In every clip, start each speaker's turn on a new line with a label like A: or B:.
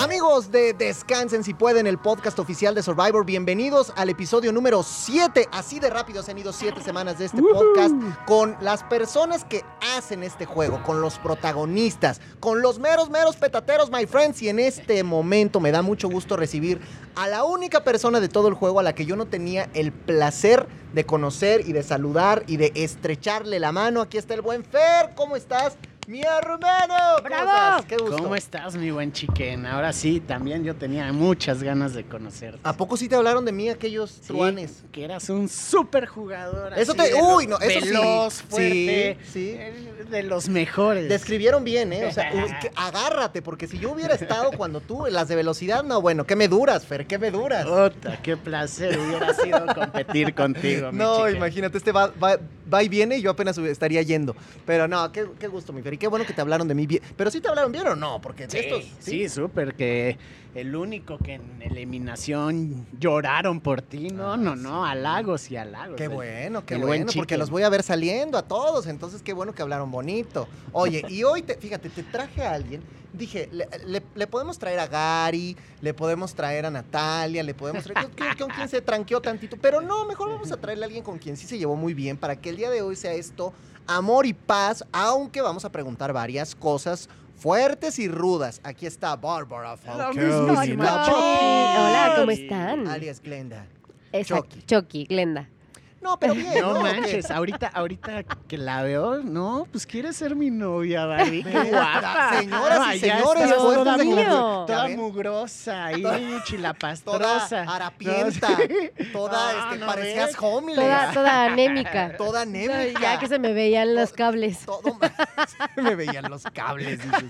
A: Amigos de Descansen si pueden, el podcast oficial de Survivor, bienvenidos al episodio número 7. Así de rápido se han ido 7 semanas de este podcast con las personas que hacen este juego, con los protagonistas, con los meros, meros petateros, my friends. Y en este momento me da mucho gusto recibir a la única persona de todo el juego a la que yo no tenía el placer de conocer y de saludar y de estrecharle la mano. Aquí está el buen Fer, ¿cómo estás? Mi hermano, ¿cómo
B: ¡Bravo!
A: estás? Qué gusto.
B: ¿Cómo estás, mi buen chiquen? Ahora sí, también yo tenía muchas ganas de conocerte.
A: ¿A poco sí te hablaron de mí aquellos
B: Sí,
A: truanes?
B: Que eras un súper jugador.
A: Eso
B: así
A: te-
B: de
A: uy,
B: los
A: no, eso sí.
B: veloz,
A: Sí,
B: fuerte,
A: sí.
B: eh, De los mejores.
A: Describieron bien, ¿eh? O sea, uy, que- agárrate, porque si yo hubiera estado cuando tú, las de velocidad, no, bueno, ¿qué me duras, Fer? ¿Qué me duras?
B: Oh, Ota, qué placer hubiera sido competir contigo, mi
A: No,
B: chiquen.
A: imagínate, este va, va- va y viene y yo apenas hubi- estaría yendo. Pero no, qué, qué gusto, mi Fer, y qué bueno que te hablaron de mí bien. Pero sí te hablaron bien o no, porque de
B: Sí,
A: estos...
B: sí, súper, que el único que en eliminación lloraron por ti, no, no, no, halagos y
C: Pues
B: halagos.
A: Ah, Qué
B: El-
A: bueno, qué
B: el buen
A: bueno, porque
B: chicken.
A: los voy a ver saliendo a todos, entonces qué bueno que hablaron bonito. Oye, y hoy, te, fíjate, te traje a alguien, dije, le, le- le podemos traer a Gary, le podemos traer a Natalia, le podemos traer, con, con- con quien se tranqueó tantito, pero no, mejor vamos a traerle a alguien con quien sí se llevó muy bien para que el día de hoy sea esto amor y paz, aunque vamos a preguntar varias cosas fuertes y rudas. Aquí está Bárbara
B: mismo,
A: Falcone,
B: animal.
A: la
C: Choki.
A: Choki,
C: Hola, ¿cómo
B: Choki.
C: están?
A: alias Glenda.
C: Exacto,
A: Choki.
C: Choki, Glenda.
A: No, pero bien,
B: No
A: ¿no? ¿O qué?
B: manches, ahorita, ahorita que la veo, no, pues quiere ser mi novia, Barbie. Qué
A: Ve,
B: guapa.
A: señoras y
B: No, allá
A: señores,
B: está
C: fuertes
B: toda,
C: de
B: mu- toda
C: corazón.
A: Ya ven.
B: mugrosa ahí,
A: toda ah,
B: chilapastrosa.
A: harapienta,
B: No, sí.
A: toda,
B: No,
A: este,
B: no,
A: parecías
B: ¿ves?
A: homeless,
C: Toda,
A: toda,
C: toda anémica.
A: anémica.
C: Ya que se me veían los cables.
A: Todo ma- se me veían los cables, dices.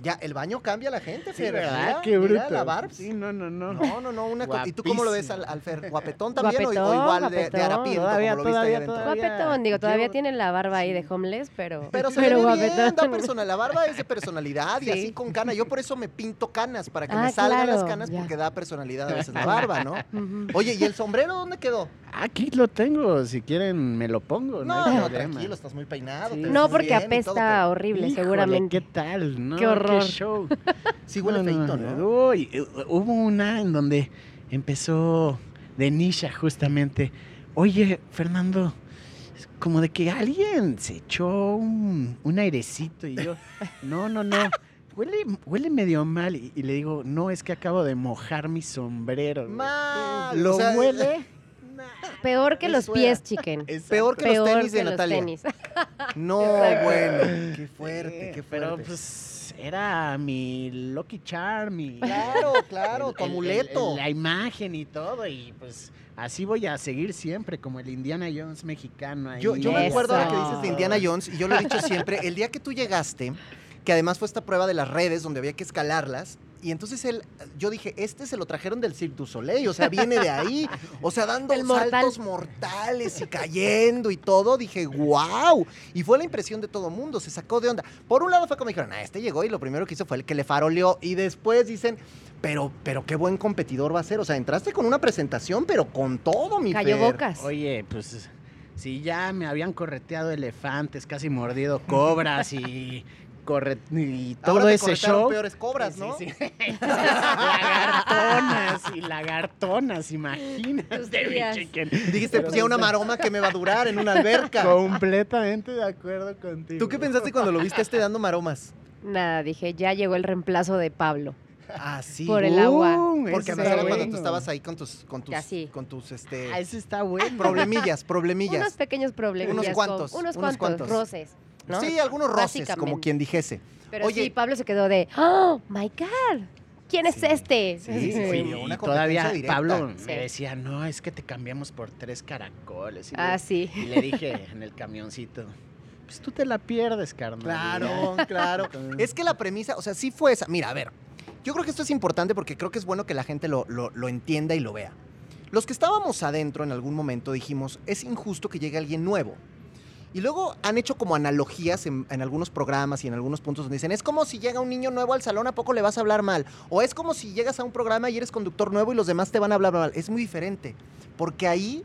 A: Ya, el baño cambia a la gente,
B: Sí,
A: Fer.
B: ¿verdad?
A: Mira,
B: Qué
A: mira
B: bruto.
A: la Barbs.
B: Sí, no, no, no.
A: No, no, no, una co- ¿Y tú cómo lo ves al, al Fer? ¿Guapetón también o- o,
C: Guapetón,
A: igual de, de
C: guapetón.
A: harapiento
B: Todavía,
A: como lo viste ahí
B: todavía,
A: adentro?
B: todavía.
C: Guapetón, digo, todavía
B: Yo-
C: tiene la barba ahí de homeless, pero.
A: Pero se ve bien, da persona- la barba es de personalidad y
C: Sí.
A: así con cana. Yo por eso me pinto canas, para que
C: Ah,
A: me salgan las
C: claro,
A: canas
C: ya.
A: porque da personalidad a veces la barba, ¿no?
C: Ujú.
A: Oye, ¿y el sombrero dónde quedó?
B: Aquí lo tengo, si quieren me lo pongo. No,
A: No,
B: hay
A: no,
B: problema.
A: tranquilo, estás muy peinado.
B: Sí.
A: te
C: No,
A: ves
C: porque
A: bien y todo,
C: apesta horrible,
B: Híjole,
C: seguramente.
B: ¿Qué tal? No,
C: Qué horror.
B: show.
A: pero Sí huele feíto, ¿no?
B: Uy, eh, hubo una en donde empezó Denisha justamente. Oye, Fernando, es como de que alguien se echó un, un airecito y yo, no, no, no. Huele, huele medio mal. Y, y le digo, no, es que acabo de mojar mi sombrero. güey".
A: Mal.
B: Lo
A: o sea,
B: huele.
C: Peor que
A: Me
C: los
A: suena.
C: pies, chicken.
A: Es peor que los
C: Peor
A: tenis
C: que
A: de
C: los
A: Natalia.
C: tenis.
A: No,
B: Exacto.
A: bueno. Qué fuerte,
B: Sí,
A: qué fuerte.
B: Pero pues era mi Lucky Charm. y-
A: Claro, claro,
B: el-
A: tu
B: el- el-
A: amuleto.
B: el- la imagen y todo, y pues así voy a seguir siempre, como el Indiana Jones mexicano. ahí.
A: Yo, yo me
C: Eso.
A: acuerdo de lo que dices de Indiana Jones y yo lo he dicho siempre. El día que tú llegaste, que además fue esta prueba de las redes donde había que escalarlas, y entonces él, yo dije, este se lo trajeron del Cirque du Soleil, o sea, viene de ahí, o sea, dando
C: Del mortal.
A: saltos mortales y cayendo y todo. Dije, wow. Y fue la impresión de todo mundo, se sacó de onda. Por un lado fue como dijeron, ah, este llegó y lo primero que hizo fue el que le faroleó, y después dicen, pero, pero qué buen competidor va a ser. O sea, entraste con una presentación, pero con todo, mi
C: Cayó
A: Fer.
C: bocas.
B: Oye, pues si ya me habían correteado elefantes, casi mordido cobras y, corre- y
A: Ahora
B: todo
A: te
B: ese
A: corretaron
B: show.
A: peores cobras,
B: Sí,
A: ¿no?
B: sí, sí. lagartonas y lagartonas, imagínate,
C: Tus tías.
B: chicken.
A: Dijiste, pues ya una maroma que me va a durar en una alberca.
B: Completamente de acuerdo contigo.
A: ¿Tú qué pensaste cuando lo viste a este dando maromas?
C: Nada, dije, ya llegó el reemplazo de Pablo.
A: Así.
C: Ah, Por el agua.
A: Porque
B: ese
A: además
B: está
A: era cuando
B: bueno.
A: tú estabas ahí con tus, con tus,
C: Ya sí.
A: con tus
B: Ah,
A: este,
B: ese está bueno.
A: problemillas,
C: Unos
A: problemillas.
C: pequeños problemas.
A: Unos cuantos, unos
C: unos cuantos.
A: cuantos.
C: roces. ¿no?
A: Sí, algunos roces, como
C: Básicamente.
A: quien dijese.
C: Pero
A: Oye.
C: sí, Pablo se quedó de, ¡Oh, my God! ¿Quién es
A: Sí,
C: este?
A: sí, sí,
B: Oye,
A: sí. una competencia
B: y todavía
A: directa.
B: Pablo
C: Sí.
B: me decía, no, es que te cambiamos por tres caracoles. Y, le-
C: Ah, sí.
B: y le, dije en el camioncito, pues tú te la pierdes, carnal.
A: Claro, claro. Es que la premisa, o sea, sí fue esa. Mira, a ver, yo creo que esto es importante porque creo que es bueno que la gente lo, lo- lo entienda y lo vea. Los que estábamos adentro en algún momento dijimos, es injusto que llegue alguien nuevo. Y luego han hecho como analogías en, en algunos programas y en algunos puntos donde dicen, es como si llega un niño nuevo al salón, ¿a poco le vas a hablar mal? O es como si llegas a un programa y eres conductor nuevo y los demás te van a hablar mal. Es muy diferente, porque ahí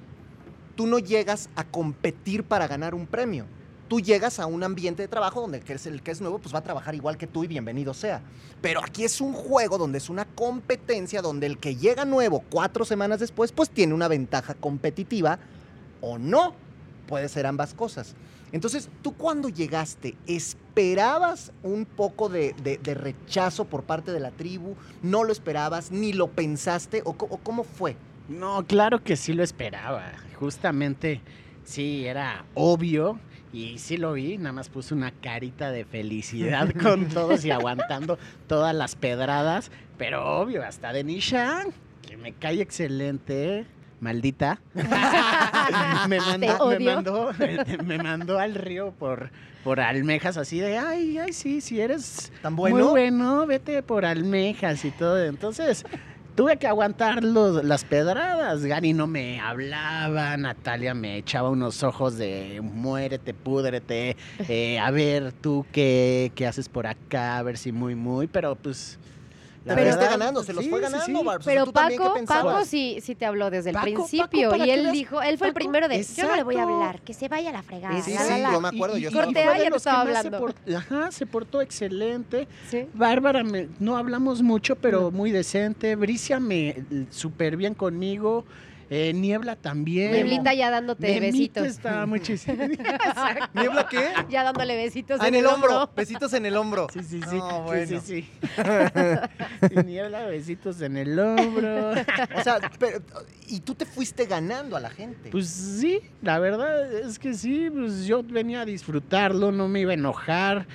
A: tú no llegas a competir para ganar un premio. tú llegas a un ambiente de trabajo donde el que, es, el que es nuevo pues va a trabajar igual que tú y bienvenido sea. Pero aquí es un juego donde es una competencia donde el que llega nuevo cuatro semanas después pues tiene una ventaja competitiva o no. Puede ser ambas cosas. Entonces, tú cuando llegaste, ¿esperabas un poco de, de- de rechazo por parte de la tribu? ¿No lo esperabas? ¿Ni lo pensaste? ¿O, co- o cómo fue?
B: No, claro que sí lo esperaba. Justamente, sí, era obvio. Y sí lo vi, nada más puse una carita de felicidad con todos y aguantando todas las pedradas. Pero obvio, hasta de Nishan, que me cae excelente, ¿eh? maldita. me, mandó, me,
C: odio.
B: mandó, este, me mandó al río por, por almejas así de, ay, ay, sí, si eres
A: ¿Tan
B: muy
A: bueno?
B: bueno, vete por almejas y todo. Entonces, tuve que aguantar los- las pedradas. Gary no me hablaba, Natalia me echaba unos ojos de muérete, púdrete, eh, a ver tú qué, qué haces por acá, a ver si muy, muy, pero pues... la
A: Pero está
B: verdad,
A: ganando, se los
B: sí,
A: fue
B: sí,
A: ganando,
B: sí.
A: Barbs.
C: Pero
A: ¿Tú también qué
C: Paco, Paco
A: pensabas?
C: sí, sí te habló desde el
B: Paco, Paco,
C: principio.
B: para
C: y
B: que
C: él
B: veas,
C: dijo, él fue el
B: Paco,
C: primero de, yo no le voy a
B: exacto.
C: hablar, que se vaya a la fregada.
A: Sí,
C: la,
A: sí,
C: la, la".
A: yo me acuerdo, yo estaba-
C: Cortea,
B: fue de
C: ya te
B: los que
C: estaba
B: más se
C: hablando.
B: por- Ajá, se portó excelente.
C: Sí.
B: Bárbara, me- no hablamos mucho, pero muy decente. Bricia me eh, súper bien conmigo. Eh, Niebla también.
C: Nieblita ya dándote
B: Memita
C: besitos.
B: estaba muy chis-
A: ¿Niebla qué?
C: Ya dándole besitos
A: Ah, en el hombro. Besitos en el hombro.
B: Sí, sí, sí.
A: No,
B: sí,
A: bueno.
B: sí, sí. Y Niebla, besitos en el hombro.
A: O sea, pero- y tú te fuiste ganando a la gente.
B: Pues sí, la verdad es que sí, pues yo venía a disfrutarlo, no me iba a enojar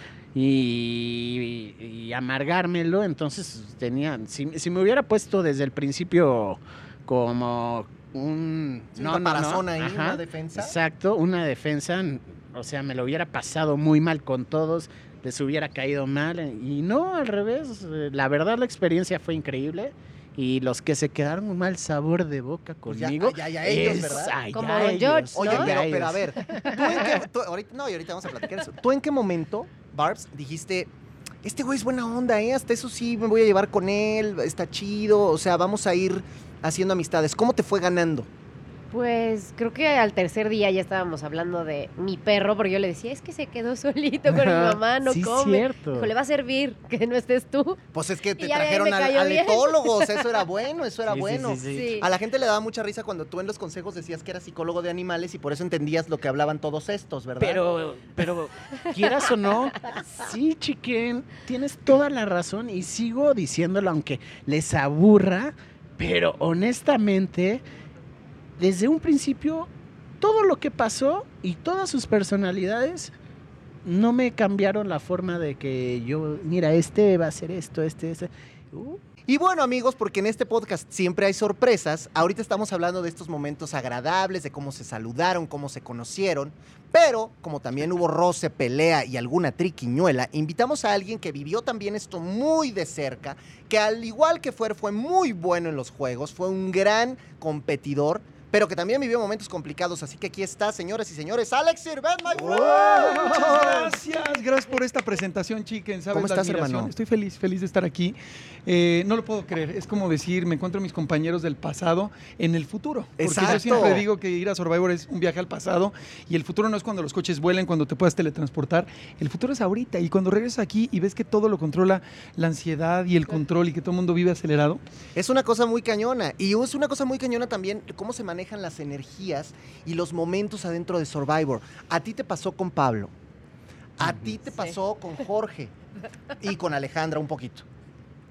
B: y, y- y amargármelo, entonces tenía, si, si me hubiera puesto desde el principio como un...
A: Sí, una parazona ahí, una defensa.
B: Exacto, una defensa, n- o sea, me lo hubiera pasado muy mal con todos, les hubiera caído mal eh, y no, al revés, eh, la verdad la experiencia fue increíble. Y los que se quedaron un mal sabor de boca
A: Pues ya-
B: conmigo,
A: ya- ya ellos, ¿verdad?
B: ay,
C: Como
B: ya
C: Don
B: ellos,
C: George,
A: Oye,
B: ya
C: ¿no?
A: pero,
B: ellos.
A: pero a ver, ¿tú en qué, tú- ahorita, no, y ahorita vamos a platicar eso. ¿Tú en qué momento, Barbs, dijiste, este güey es buena onda, ¿eh? Hasta eso sí, me voy a llevar con él, está chido, o sea, vamos a ir haciendo amistades. ¿Cómo te fue ganando?
C: Pues creo que al tercer día ya estábamos hablando de mi perro, porque yo le decía, es que se quedó solito con mi mamá, no
B: sí,
C: come.
B: cierto.
C: Dijo, le va a servir que no estés tú.
A: Pues es que te
C: Y ya ves,
A: trajeron
C: me
A: al,
C: cayó
A: al
C: bien.
A: etólogo, o sea, eso era bueno, eso era
B: Sí, sí,
A: bueno.
B: sí, sí.
C: Sí.
A: A la gente le daba mucha risa cuando tú en los consejos decías que eras psicólogo de animales y por eso entendías lo que hablaban todos estos, ¿verdad?
B: Pero, pero, quieras o no, sí, chiquen, tienes toda la razón y sigo diciéndolo, aunque les aburra, pero honestamente, desde un principio, todo lo que pasó y todas sus personalidades no me cambiaron la forma de que yo, mira, este va a hacer esto, este, este. Uh,
A: Y bueno, amigos, porque en este podcast siempre hay sorpresas, ahorita estamos hablando de estos momentos agradables, de cómo se saludaron, cómo se conocieron, pero como también hubo roce, pelea y alguna triquiñuela, invitamos a alguien que vivió también esto muy de cerca, que al igual que Fuer fue muy bueno en los juegos, fue un gran competidor, pero que también vivió momentos complicados, así que aquí está, señoras y señores, Alex Sirvet, my friend.
D: Muchas gracias, gracias por esta presentación, chiquen. ¿Sabes
A: ¿Cómo
D: la
A: estás,
D: admiración?
A: hermano?
D: Estoy feliz, feliz de estar aquí. Eh, no lo puedo creer. Es como decir, me encuentro a mis compañeros del pasado en el futuro. Porque
A: Exacto.
D: yo siempre digo que ir a Survivor es un viaje al pasado y el futuro no es cuando los coches vuelen, cuando te puedas teletransportar. El futuro es ahorita y cuando regresas aquí y ves que todo lo controla la ansiedad y el control y que todo el mundo vive acelerado.
A: Es una cosa muy cañona. Y es una cosa muy cañona también cómo se manejan las energías y los momentos adentro de Survivor. A ti te pasó con Pablo. A ti te
C: Sí.
A: pasó con Jorge. Y con Alejandra un poquito.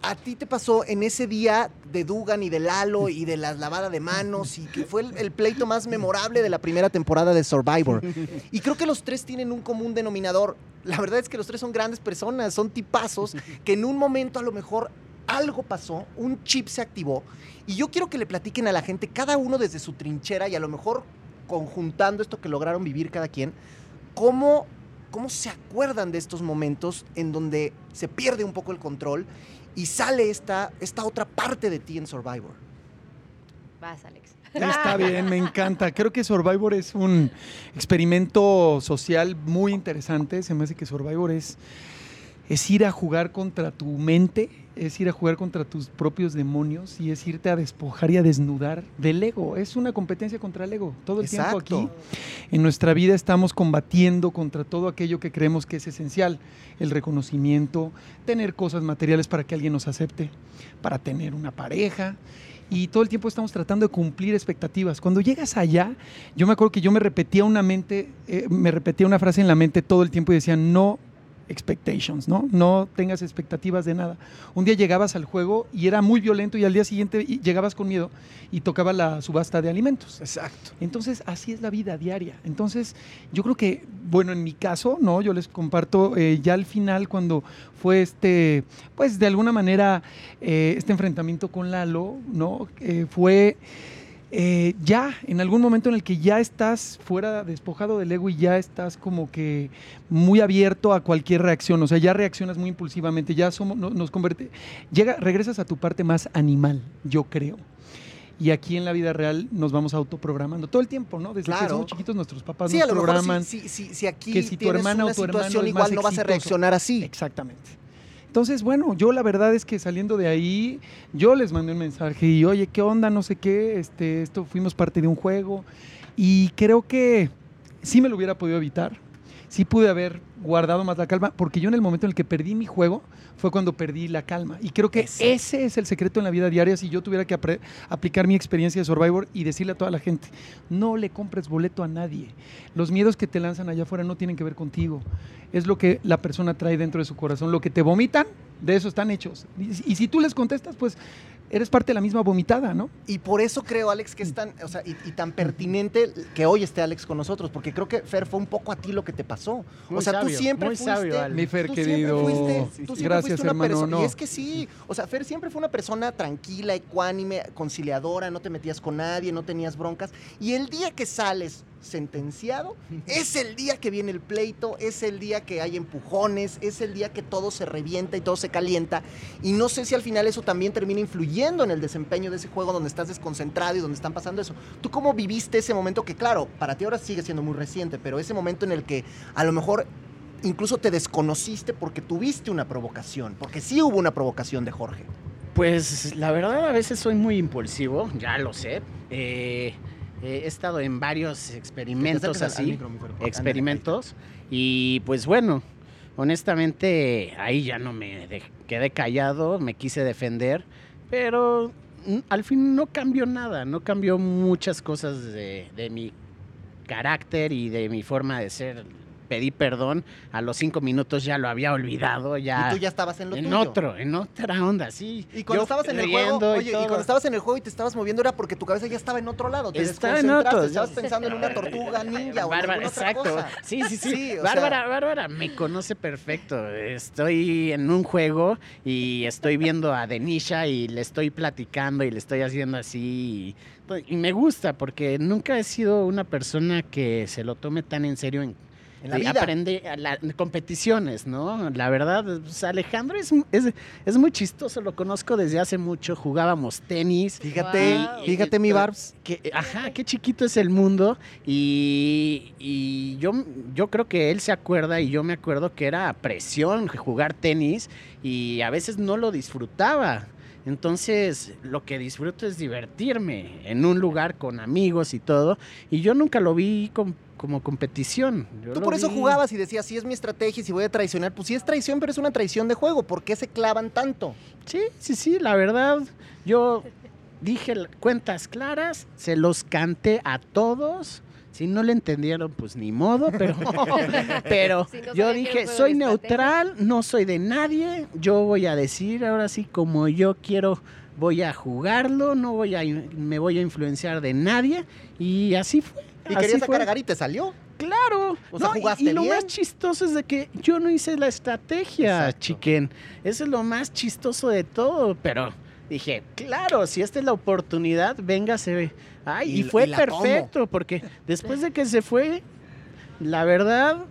A: A ti te pasó en ese día de Dugan y de Lalo y de la lavada de manos y que fue el, el pleito más memorable de la primera temporada de Survivor. Y creo que los tres tienen un común denominador. La verdad es que los tres son grandes personas, son tipazos que en un momento a lo mejor algo pasó, un chip se activó y yo quiero que le platiquen a la gente cada uno desde su trinchera y a lo mejor conjuntando esto que lograron vivir cada quien, cómo cómo se acuerdan de estos momentos en donde se pierde un poco el control y sale esta esta otra parte de ti en Survivor.
C: Vas, Alex.
D: Está bien, me encanta. Creo que Survivor es un experimento social muy interesante. Se me hace que Survivor es, es ir a jugar contra tu mente, es ir a jugar contra tus propios demonios y es irte a despojar y a desnudar del ego. Es una competencia contra el ego. Todo el
A: Exacto.
D: tiempo aquí en nuestra vida estamos combatiendo contra todo aquello que creemos que es esencial. El reconocimiento, tener cosas materiales para que alguien nos acepte, para tener una pareja. Y todo el tiempo estamos tratando de cumplir expectativas. Cuando llegas allá, yo me acuerdo que yo me repetía una mente, eh, me repetía una frase en la mente todo el tiempo y decía, no expectations, ¿no? No tengas expectativas de nada. Un día llegabas al juego y era muy violento y al día siguiente y- llegabas con miedo y tocaba la subasta de alimentos.
A: Exacto.
D: Entonces, así es la vida diaria. Entonces, yo creo que, bueno, en mi caso, no, yo les comparto eh, ya al final cuando fue este, pues de alguna manera, eh, este enfrentamiento con Lalo, ¿no? Eh, fue eh, ya, en algún momento en el que ya estás fuera, despojado del ego y ya estás como que muy abierto a cualquier reacción, o sea, ya reaccionas muy impulsivamente, ya somos, no- nos convierte, llega, regresas a tu parte más animal, yo creo. Y aquí en la vida real nos vamos autoprogramando todo el tiempo, ¿no? Desde que
A: Claro.
D: somos chiquitos nuestros papás
A: Sí, a
D: nos
A: lo
D: programan.
A: mejor si, si, si, si aquí
D: que si tu
A: tienes
D: hermana o
A: una
D: tu hermano
A: situación
D: es más
A: igual no vas a
D: exitoso.
A: reaccionar así.
D: Exactamente. Entonces, bueno, yo la verdad es que saliendo de ahí, yo les mandé un mensaje y, oye, ¿qué onda? No sé qué, este, esto fuimos parte de un juego y creo que sí me lo hubiera podido evitar, sí pude haber guardado más la calma, porque yo en el momento en el que perdí mi juego fue cuando perdí la calma. Y creo que
B: Exacto.
D: ese es el secreto en la vida diaria si yo tuviera que apre- aplicar mi experiencia de Survivor y decirle a toda la gente, no le compres boleto a nadie. Los miedos que te lanzan allá afuera no tienen que ver contigo. Es lo que la persona trae dentro de su corazón. Lo que te vomitan, de eso están hechos. Y, si- y si tú les contestas, pues eres parte de la misma vomitada, ¿no?
A: Y por eso creo, Alex, que es tan, o sea, y, y tan pertinente que hoy esté Alex con nosotros, porque creo que Fer fue un poco a ti lo que te pasó.
B: Muy
A: o sea,
B: sabio,
A: tú siempre
B: muy
A: fuiste,
B: sabio, Ale.
D: Mi Fer,
A: tú
D: querido.
A: Siempre fuiste, tú siempre
D: Gracias,
A: fuiste una
D: hermano.
A: persona-
D: no.
A: Y es que sí, o sea, Fer siempre fue una persona tranquila, ecuánime, conciliadora, no te metías con nadie, no tenías broncas. Y el día que sales sentenciado, es el día que viene el pleito, es el día que hay empujones, es el día que todo se revienta y todo se calienta. Y no sé si al final eso también termina influyendo en el desempeño de ese juego donde estás desconcentrado y donde están pasando eso. ¿Tú cómo viviste ese momento que, claro, para ti ahora sigue siendo muy reciente, pero ese momento en el que a lo mejor incluso te desconociste porque tuviste una provocación, porque sí hubo una provocación de Jorge.
B: Pues la verdad a veces soy muy impulsivo, ya lo sé. Eh, eh, he estado en varios experimentos
A: Te acerques al- al
B: así,
A: micro, mi Fer.
B: experimentos, y pues bueno, honestamente ahí ya no me de- quedé callado, me quise defender, pero mm, al fin no cambió nada, no cambió muchas cosas de, de mi carácter y de mi forma de ser. Pedí perdón, a los cinco minutos ya lo había olvidado, ya...
A: Y tú ya estabas en lo
B: en
A: tuyo.
B: otro, en otra onda, sí.
A: Y cuando
B: Yo
A: estabas en el
B: riendo
A: juego,
B: y
A: oye, y,
B: todo.
A: cuando estabas en el juego y te estabas moviendo era porque tu cabeza ya estaba en otro lado, te
B: Estaba en
A: desconcentraste,
B: otro,
A: estabas
B: ya-
A: pensando en una tortuga ninja o en
B: Bárbara,
A: alguna otra
B: exacto.
A: cosa.
B: Sí, sí, sí.
A: Sí, o
B: Bárbara,
A: sea-
B: Bárbara me conoce perfecto. Estoy en un juego y estoy viendo a Denisha y le estoy platicando y le estoy haciendo así. Y, y me gusta porque nunca he sido una persona que se lo tome tan en serio en
A: En la
B: Sí,
A: vida.
B: aprende a la- competiciones, ¿no? La verdad, pues, Alejandro es, es, es muy chistoso, lo conozco desde hace mucho, jugábamos tenis.
A: Fíjate,
C: Wow.
A: fíjate mi Barbs.
B: Que, eh, ajá, qué chiquito es el mundo. Y, y yo, yo creo que él se acuerda y yo me acuerdo que era presión jugar tenis y a veces no lo disfrutaba. Entonces, lo que disfruto es divertirme en un lugar con amigos y todo. Y yo nunca lo vi com- como competición. Yo
A: Tú
B: lo
A: por eso
B: vi-
A: jugabas y decías, si es mi estrategia y si voy a traicionar. Pues sí es traición, pero es una traición de juego. ¿Por qué se clavan tanto?
B: Sí, sí, sí, la verdad, yo dije l- cuentas claras, se los canté a todos. Si no le entendieron, pues ni modo, pero, pero
C: Si no
B: yo
C: sabía que era
B: dije,
C: un juego
B: soy
C: de estrategia".
B: neutral, no soy de nadie, yo voy a decir ahora sí como yo quiero, voy a jugarlo, no voy a, in- me voy a influenciar de nadie y así fue.
A: Y
B: así
A: querías
B: fue.
A: sacar a Gary y te salió.
B: Claro.
A: O sea,
B: No, y-
A: jugaste
B: y, lo
A: bien.
B: más chistoso es de que yo no hice la estrategia,
A: Exacto.
B: chiquen. Eso es lo más chistoso de todo, pero dije, claro, si esta es la oportunidad, véngase. Ay,
A: Y
B: y,
A: l-
B: fue
A: y la tomo.
B: perfecto, porque después de que se fue, la verdad,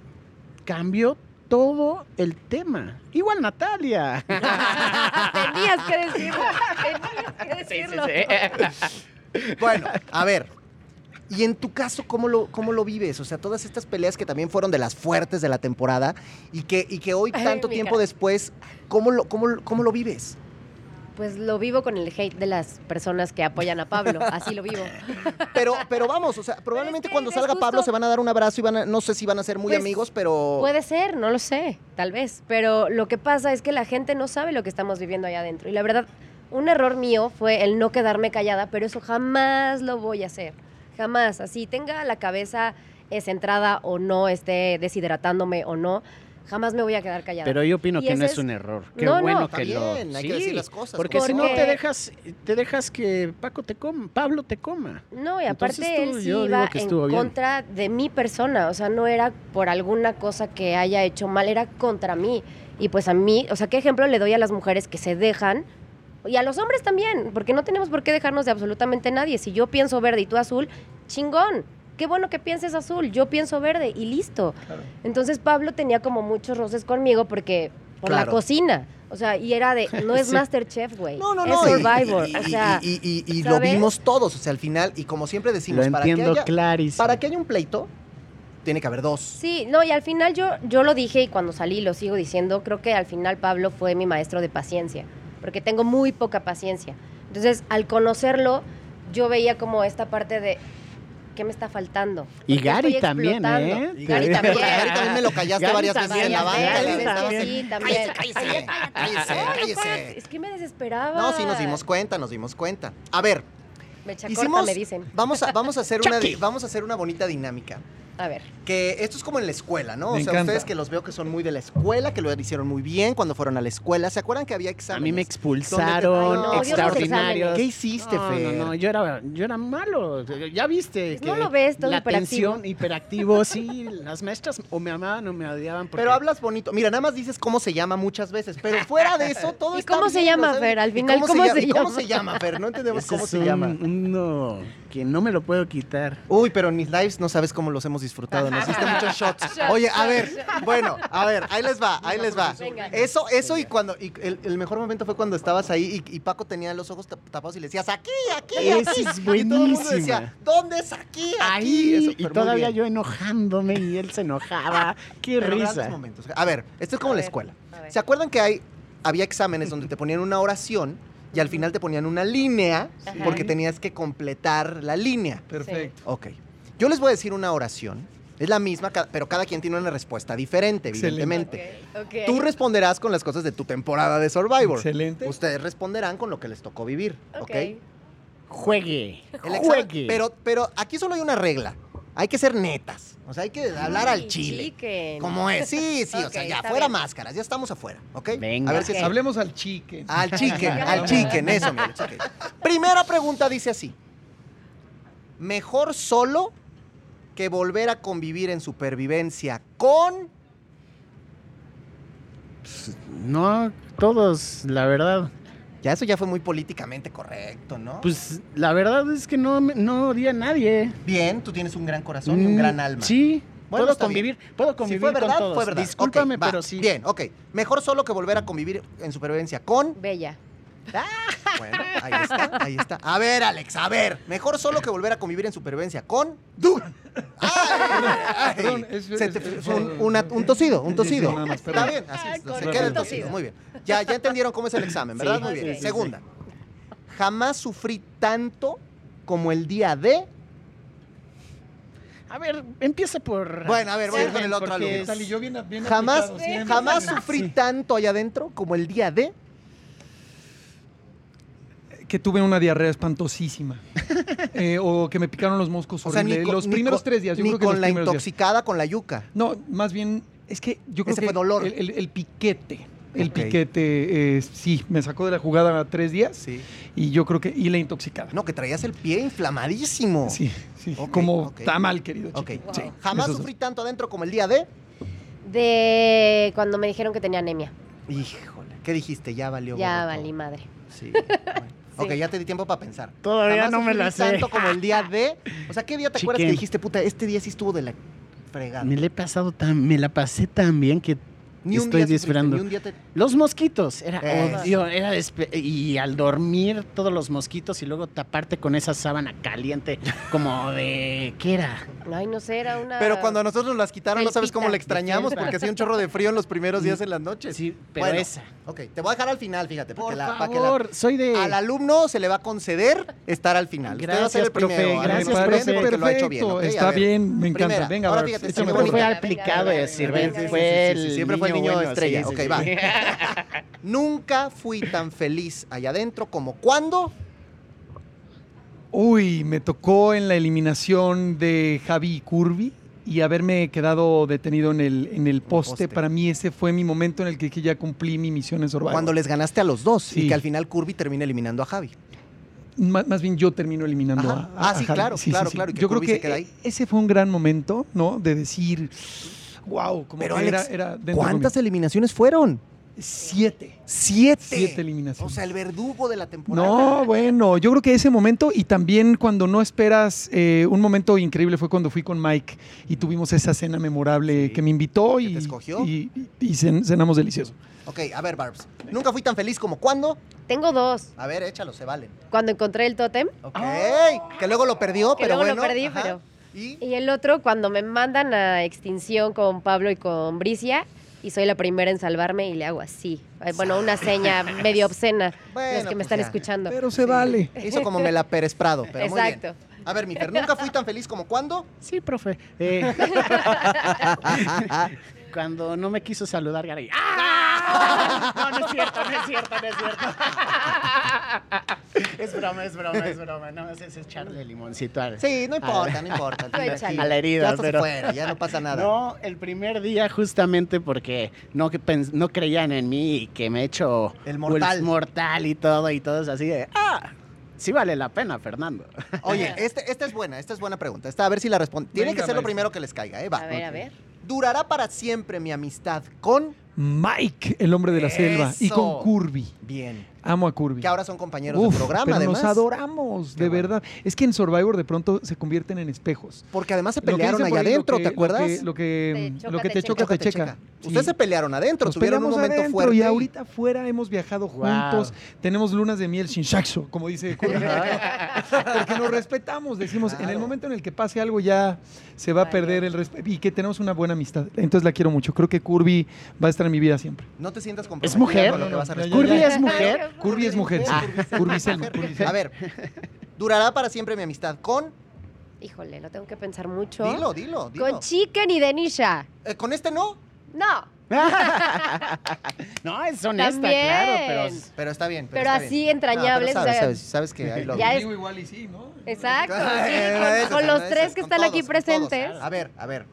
B: cambió todo el tema. Igual Natalia.
C: Tenías que decirlo. Tenías
B: Sí,
C: que
B: sí,
C: decirlo.
B: sí.
A: Bueno, a ver. Y en tu caso, ¿cómo lo, cómo lo vives? O sea, todas estas peleas que también fueron de las fuertes de la temporada y que, y que hoy,
C: Ay,
A: tanto
C: mi
A: tiempo
C: cara.
A: después, ¿cómo lo, cómo, lo- cómo lo vives?
C: Pues lo vivo con el hate de las personas que apoyan a Pablo. Así lo vivo.
A: Pero, pero vamos, o sea, probablemente
C: que
A: cuando
C: es
A: salga Pablo
C: justo-
A: se van a dar un abrazo y van a, no sé si van a ser muy
C: Pues,
A: amigos,
B: Oh.
A: pero...
C: Puede ser, no lo sé, tal vez. Pero lo que pasa es que la gente no sabe lo que estamos viviendo allá adentro. Y la verdad, un error mío fue el no quedarme callada, pero eso jamás lo voy a hacer. Jamás. Así tenga la cabeza eh, centrada o no, esté deshidratándome o no, jamás me voy a quedar callada.
B: Pero yo opino
C: Y
B: que no
C: ese
B: es un error. Qué
C: No, no.
B: bueno
A: Está
B: que
A: bien,
B: lo.
A: hay que
B: Sí,
A: decir las cosas,
B: Porque
A: como
B: si no
C: son.
B: te dejas, te dejas que Paco te coma, Pablo te coma.
C: No, y
B: Entonces
C: aparte
B: tú-
C: él sí
B: yo digo
C: iba
B: que
C: en
B: estuvo bien.
C: contra de mi persona, o sea, no era por alguna cosa que haya hecho mal, era contra mí. Y pues a mí, o sea, ¿qué ejemplo le doy a las mujeres que se dejan? Y a los hombres también, porque no tenemos por qué dejarnos de absolutamente nadie. Si yo pienso verde y tú azul, chingón. Qué bueno que pienses azul, yo pienso verde y listo.
D: Claro.
C: Entonces Pablo tenía como muchos roces conmigo porque por
A: Claro.
C: la cocina. O sea, y era de, no es
D: Sí.
C: Masterchef, güey.
A: No, no,
C: es
A: no. y-
C: Survivor.
A: y-
C: o
A: y-
C: sea,
A: y, y- y- y lo
C: ¿sabes?
A: vimos todos, o sea, al final, y como siempre
B: Lo
A: decimos, para que,
B: entiendo
A: haya,
B: clarísimo.
A: para que haya un pleito, tiene que haber dos.
C: Sí, no, y al final yo, yo lo dije y cuando salí lo sigo diciendo, creo que al final Pablo fue mi maestro de paciencia, porque tengo muy poca paciencia. Entonces, al conocerlo, yo veía como esta parte de, ¿qué me está faltando? ¿Por
B: Y
C: qué
B: Gary
C: estoy
B: también,
C: explotando?
B: ¿eh?
A: Y
C: Gary
A: Gary también,
C: también.
A: porque Gary también me lo callaste
B: Gary
A: varias veces
B: también,
A: en la banca.
B: Gary
A: le
B: también.
A: estabas-
C: Sí, también.
A: cállese, cállese, Ah, cállese, cállese.
C: Es que me desesperaba.
A: No, sí nos dimos cuenta, nos dimos cuenta. A ver,
C: Me echa corta,
A: hicimos,
C: me dicen.
A: vamos a, vamos a hacer una, di- vamos a hacer una bonita dinámica.
C: A ver,
A: Que esto es como en la escuela, ¿no? o
D: Me
A: sea,
D: encanta.
A: ustedes que los veo que son muy de la escuela, que lo hicieron muy bien cuando fueron a la escuela. ¿Se acuerdan que había exámenes?
B: A mí me
A: Ay,
B: expulsaron,
A: no, Dios, los
B: extraordinarios.
C: exámenes.
A: ¿Qué hiciste,
B: no,
A: Fer?
B: No, no, yo era, yo era malo. Ya viste.
C: No lo ves, todo
B: La
C: hiperactivo.
B: tensión, hiperactivo, sí. Las maestras o me amaban o me odiaban. porque-
A: Pero hablas bonito. Mira, nada más dices cómo se llama muchas veces, pero fuera de eso todo
C: ¿Y
A: está
C: cómo se
A: bien,
C: llama,
A: ¿no?
C: Fer? Al
A: ¿Y
C: final,
A: cómo, se, llama? ¿Cómo se llama, Fer? No entendemos
B: Ese
A: cómo
B: es
A: se
B: un-
A: llama.
B: un No, que no me lo puedo quitar.
A: Uy, pero en mis lives no sabes cómo los hemos disfrutado. Nos diste muchos shots. Oye, a ver, bueno, a ver, ahí les va, ahí les va.
C: Venga.
A: Eso, eso y cuando, y el, el mejor momento fue cuando estabas ahí y, y Paco tenía los ojos tap- tapados y le decías, aquí, aquí,
B: Esa
A: aquí.
B: es
A: Y todo el mundo decía,
B: buenísima.
A: ¿dónde es aquí, aquí?
B: Ahí,
A: Eso,
B: y
A: pero muy
B: todavía
A: bien.
B: yo enojándome y él se enojaba. Qué
A: Pero grandes
B: risa.
A: momentos. A ver, esto es como
C: A
A: la
C: ver,
A: escuela.
C: a ver.
A: ¿Se acuerdan que hay, había exámenes donde te ponían una oración y al final te ponían una línea
C: Ajá.
A: porque tenías que completar la línea?
D: Perfecto.
A: Ok. Yo les voy a decir una oración. Es la misma, ca- pero cada quien tiene una respuesta diferente,
D: Excelente.
A: evidentemente.
C: ok.
A: Tú responderás con las cosas de tu temporada de Survivor.
D: Excelente.
A: Ustedes responderán con lo que les tocó vivir. ¿Ok?
C: Ok.
B: Juegue.
A: El examen-
B: Juegue.
A: pero, pero aquí solo hay una regla. Hay que ser netas. O sea, hay que hablar al
C: Ay,
A: chile.
C: chiquen.
A: Como es, sí, sí, o sea,
C: Ok,
A: ya,
C: está
A: fuera
C: bien.
A: máscaras, ya estamos afuera, ¿ok?
B: Venga.
A: A ver si
C: Ok.
A: sí.
D: Hablemos al chique.
A: Al chicken,
C: Ya.
A: al chicken, eso, mi Alex, ok. Primera pregunta dice así. Mejor solo que volver a convivir en supervivencia con...
B: No, todos, la verdad.
A: Ya eso ya fue muy políticamente correcto, ¿no?
B: Pues la verdad es que no, me- no odia a nadie.
A: Bien, tú tienes un gran corazón y un gran
B: Mm,
A: alma.
B: Sí.
A: Bueno,
B: puedo
A: está
B: convivir, puedo
A: Si
B: convivir
A: fue verdad,
B: con todos.
A: fue verdad.
B: Discúlpame,
A: Ok, va.
B: pero sí.
A: Bien, ok. Mejor solo que volver a convivir en supervivencia con...
C: Bella.
A: Bueno, ahí está, ahí está. A ver, Alex, a ver. Mejor solo que volver a convivir en supervivencia con Dugan. ¡Ay!
D: Perdón, es-
A: Se te-
D: es-
A: fue un, una- un tosido, un
D: Sí,
A: tosido.
D: sí, nada más,
A: Está
D: perdón.
A: bien, así
C: Ay,
A: es, se
D: con
A: queda el
D: el
A: tosido.
C: tosido.
A: Muy bien. Ya, ya entendieron cómo es el examen, ¿verdad?
B: Sí,
A: Muy bien.
C: sí, sí,
A: Segunda. Jamás sufrí tanto como el día de.
B: A ver, empieza por.
A: Bueno, a ver, voy
B: Sí,
A: con el otro
B: porque
A: alumno.
D: Tal y yo bien- bien
A: Jamás,
D: aplicado, siempre, Ah,
A: jamás
D: siempre.
A: sufrí tanto allá adentro como el día de.
D: que tuve una diarrea espantosísima. Eh, o que me picaron los moscos
A: O sea, ni
D: horrible.
A: con-
D: los
A: ni
D: primeros
A: con-
D: tres días. Yo
A: ni
D: creo que
A: con
D: los
A: la
D: primeros días.
A: intoxicada con la yuca.
D: No, más bien, es que yo creo
A: Ese
D: que
A: fue dolor.
D: El, el- el piquete. El
A: Ok.
D: piquete, eh, sí, me sacó de la jugada tres días
A: Sí.
D: y yo creo que. Y la intoxicada.
A: No, que traías el pie inflamadísimo.
D: Sí, sí.
A: Ok,
D: como
A: ok.
D: tamal, querido.
A: Ok.
D: chico.
C: Wow.
D: Sí,
A: Jamás
D: eso es-
A: sufrí tanto adentro como el día de.
C: De cuando me dijeron que tenía anemia.
A: Híjole. ¿Qué dijiste? Ya valió. gorro
C: Ya
A: todo.
C: valí madre.
A: Sí. bueno.
C: Sí.
A: Ok, ya te di tiempo para pensar.
B: Todavía
A: Jamás
B: no me
A: sufrí
B: la sé.
A: Tanto como el día de. O sea, ¿qué día te acuerdas que
B: Chiquen.
A: dijiste, puta, este día sí estuvo de la fregada?
B: Me la he pasado tan, me la pasé tan bien que
A: Ni un
B: estoy
A: día sufriste,
B: esperando.
A: ni un día te-
B: Los mosquitos, era
A: Eh.
B: odio, era despe- y al dormir todos los mosquitos y luego taparte con esa sábana caliente como de ¿qué era?
C: Ay, no sé, era una.
A: Pero cuando a nosotros nos las quitaron, no sabes cómo
C: Felpita.
A: le extrañamos porque hacía un chorro de frío en los primeros días en las noches.
B: Sí, pero
A: Bueno,
B: esa.
A: Ok, te voy a dejar al final, fíjate. porque
B: Por
A: la- para que la-
B: favor, soy de
A: al alumno se le va a conceder estar al final. Usted va a ser el
B: Gracias, profe,
A: primero,
D: Me
B: gracias,
A: Alejandro,
D: parece
B: profe.
A: porque
D: perfecto.
A: lo ha hecho bien. ¿ok? A
D: Está
A: ver.
D: bien, me encanta.
A: Primera,
D: Venga,
A: ahora
D: Barbs,
A: fíjate,
D: échame
A: siempre
D: otra.
B: siempre fue
C: bonita.
B: aplicado
C: Venga, venga,
B: decir,
C: venga,
B: ven,
C: venga,
B: fue
A: sí, sí,
B: el
A: siempre fue el niño
B: bueno,
A: estrella.
B: sí, sí,
A: Ok,
B: sí.
A: va. Nunca fui tan feliz allá adentro como cuando.
D: Uy, me tocó en la eliminación de Javi Curvi y haberme quedado detenido en el, en el poste.
A: poste.
D: Para mí ese fue mi momento en el que dije, ya cumplí mi misión en Survivor.
A: Cuando les ganaste a los dos y
D: Sí.
A: que al final Curvy termina eliminando a Javi.
D: Ma- más bien yo termino eliminando
A: Ajá.
D: a, a-
A: Ah, sí,
D: a Javi.
A: claro, claro, claro, y que
D: Yo creo
A: Kirby
D: que
A: se queda ahí.
D: e- ese fue un gran momento, ¿no? De decir, wow, como
A: Pero,
D: que era,
A: Alex,
D: era dentro de mí.
A: ¿Cuántas eliminaciones fueron?
D: Siete.
A: Siete.
D: Siete eliminaciones.
A: O sea, el verdugo de la temporada.
D: No, bueno, yo creo que ese momento y también cuando no esperas, eh, un momento increíble fue cuando fui con Mike y tuvimos esa cena memorable
A: Sí.
D: que me invitó
A: ¿Que
D: y,
A: te escogió?
D: y, y cen- cenamos delicioso.
A: Ok, a ver, Barbs. Nunca fui tan feliz como cuando.
C: Tengo dos.
A: A ver, échalo, se valen.
C: Cuando encontré el tótem
A: Ok. Que luego lo perdió,
C: Que
A: pero
C: luego lo
A: bueno.
C: perdí,
A: ajá.
C: pero-
A: Y.
C: y el otro cuando me mandan a extinción con Pablo y con Bricia y soy la primera en salvarme y le hago así. Ay, Bueno, una seña medio obscena.
A: Bueno,
C: los que me
A: pues
C: están
A: ya.
C: escuchando.
D: Pero se vale.
A: Hizo como me la Pérez Prado, pero muy bien.
C: Exacto.
A: A ver, Mifer, nunca fui tan feliz como cuando.
B: Sí, profe. Eh, cuando no me quiso saludar, Garay. ¡Ah! No, no es cierto, no es cierto, no es cierto. Es broma, es broma, es broma. No, es, es echarle limoncito al...
A: Sí, no importa, no importa.
C: Tú échale.
B: a la herida,
A: ya estás
B: pero-
A: fuera, ya no pasa nada.
B: No, el primer día justamente porque no, que pens- no creían en mí y que me he hecho
A: El mortal.
B: el mortal y todo y todos así de, ah, sí vale la pena, Fernando.
A: Oye, este- esta es buena, esta es buena pregunta. Esta, a ver si la responde. Tiene
D: Venga,
A: que ser lo
D: maestro.
A: primero que les caiga, ¿eh? Va.
C: A ver, a ver.
A: ¿Durará para siempre mi amistad con?
D: Mike, el hombre de la selva, y
A: Eso.
D: con Curvy.
A: Bien.
D: Amo a Curvy.
A: Que ahora son compañeros
D: Uf,
A: de programa,
D: pero
A: además.
D: nos adoramos,
A: Qué
D: de
A: bueno.
D: verdad. Es que en Survivor de pronto se convierten en espejos.
A: Porque además se
D: Lo que
A: pelearon
D: dicen por
A: allá
D: ahí, lo
A: adentro,
D: que-
A: ¿te acuerdas?
D: Lo que,
C: Te
D: lo que, lo
C: choca,
D: que te
C: te
D: choca,
A: Choca,
D: te checa.
A: Ustedes
D: Sí.
A: se pelearon adentro,
D: Nos
A: tuvieron un
D: peleamos
A: momento
D: adentro
A: fuerte.
D: y ahorita afuera hemos viajado
B: Guau.
D: juntos. Tenemos lunas de miel sin shaxo, como dice Curly. Porque nos respetamos, decimos, en el
A: Claro.
D: momento en el que pase algo ya se va a
C: Vale.
D: perder el respeto y que tenemos una buena amistad. Entonces la quiero mucho. Creo que Curvy va a estar en mi vida siempre.
A: No te sientas comprometida
B: ¿Es mujer?
A: con lo que vas a
D: No, no, no,
A: responder. Ah.
B: ¿Curvy
D: ya, ya.
B: es mujer?
D: Curvy es mujer. sí. Curvy es el
A: A ver, ¿durará para siempre mi amistad con?
C: Híjole, lo tengo que pensar mucho.
A: Dilo, dilo, dilo.
C: Con Chicken y Denisha.
A: Eh, ¿Con este no?
C: No,
B: no, es honesta,
C: También.
B: claro, pero...
A: Pero está bien.
C: Pero
A: está
C: así
A: bien.
C: entrañables,
A: No,
C: o
A: pero sabes,
C: sea,
A: sabes, sabes que hay lo
C: Ya es-
D: igual y sí, ¿no?
C: exacto.
A: Claro,
C: sí,
A: era
C: con,
A: de esas, era
C: con
A: de
C: los
A: esas,
C: tres que
A: con
C: están
A: todos,
C: aquí
A: con todos. ¿eh?
C: presentes.
A: A ver, a ver.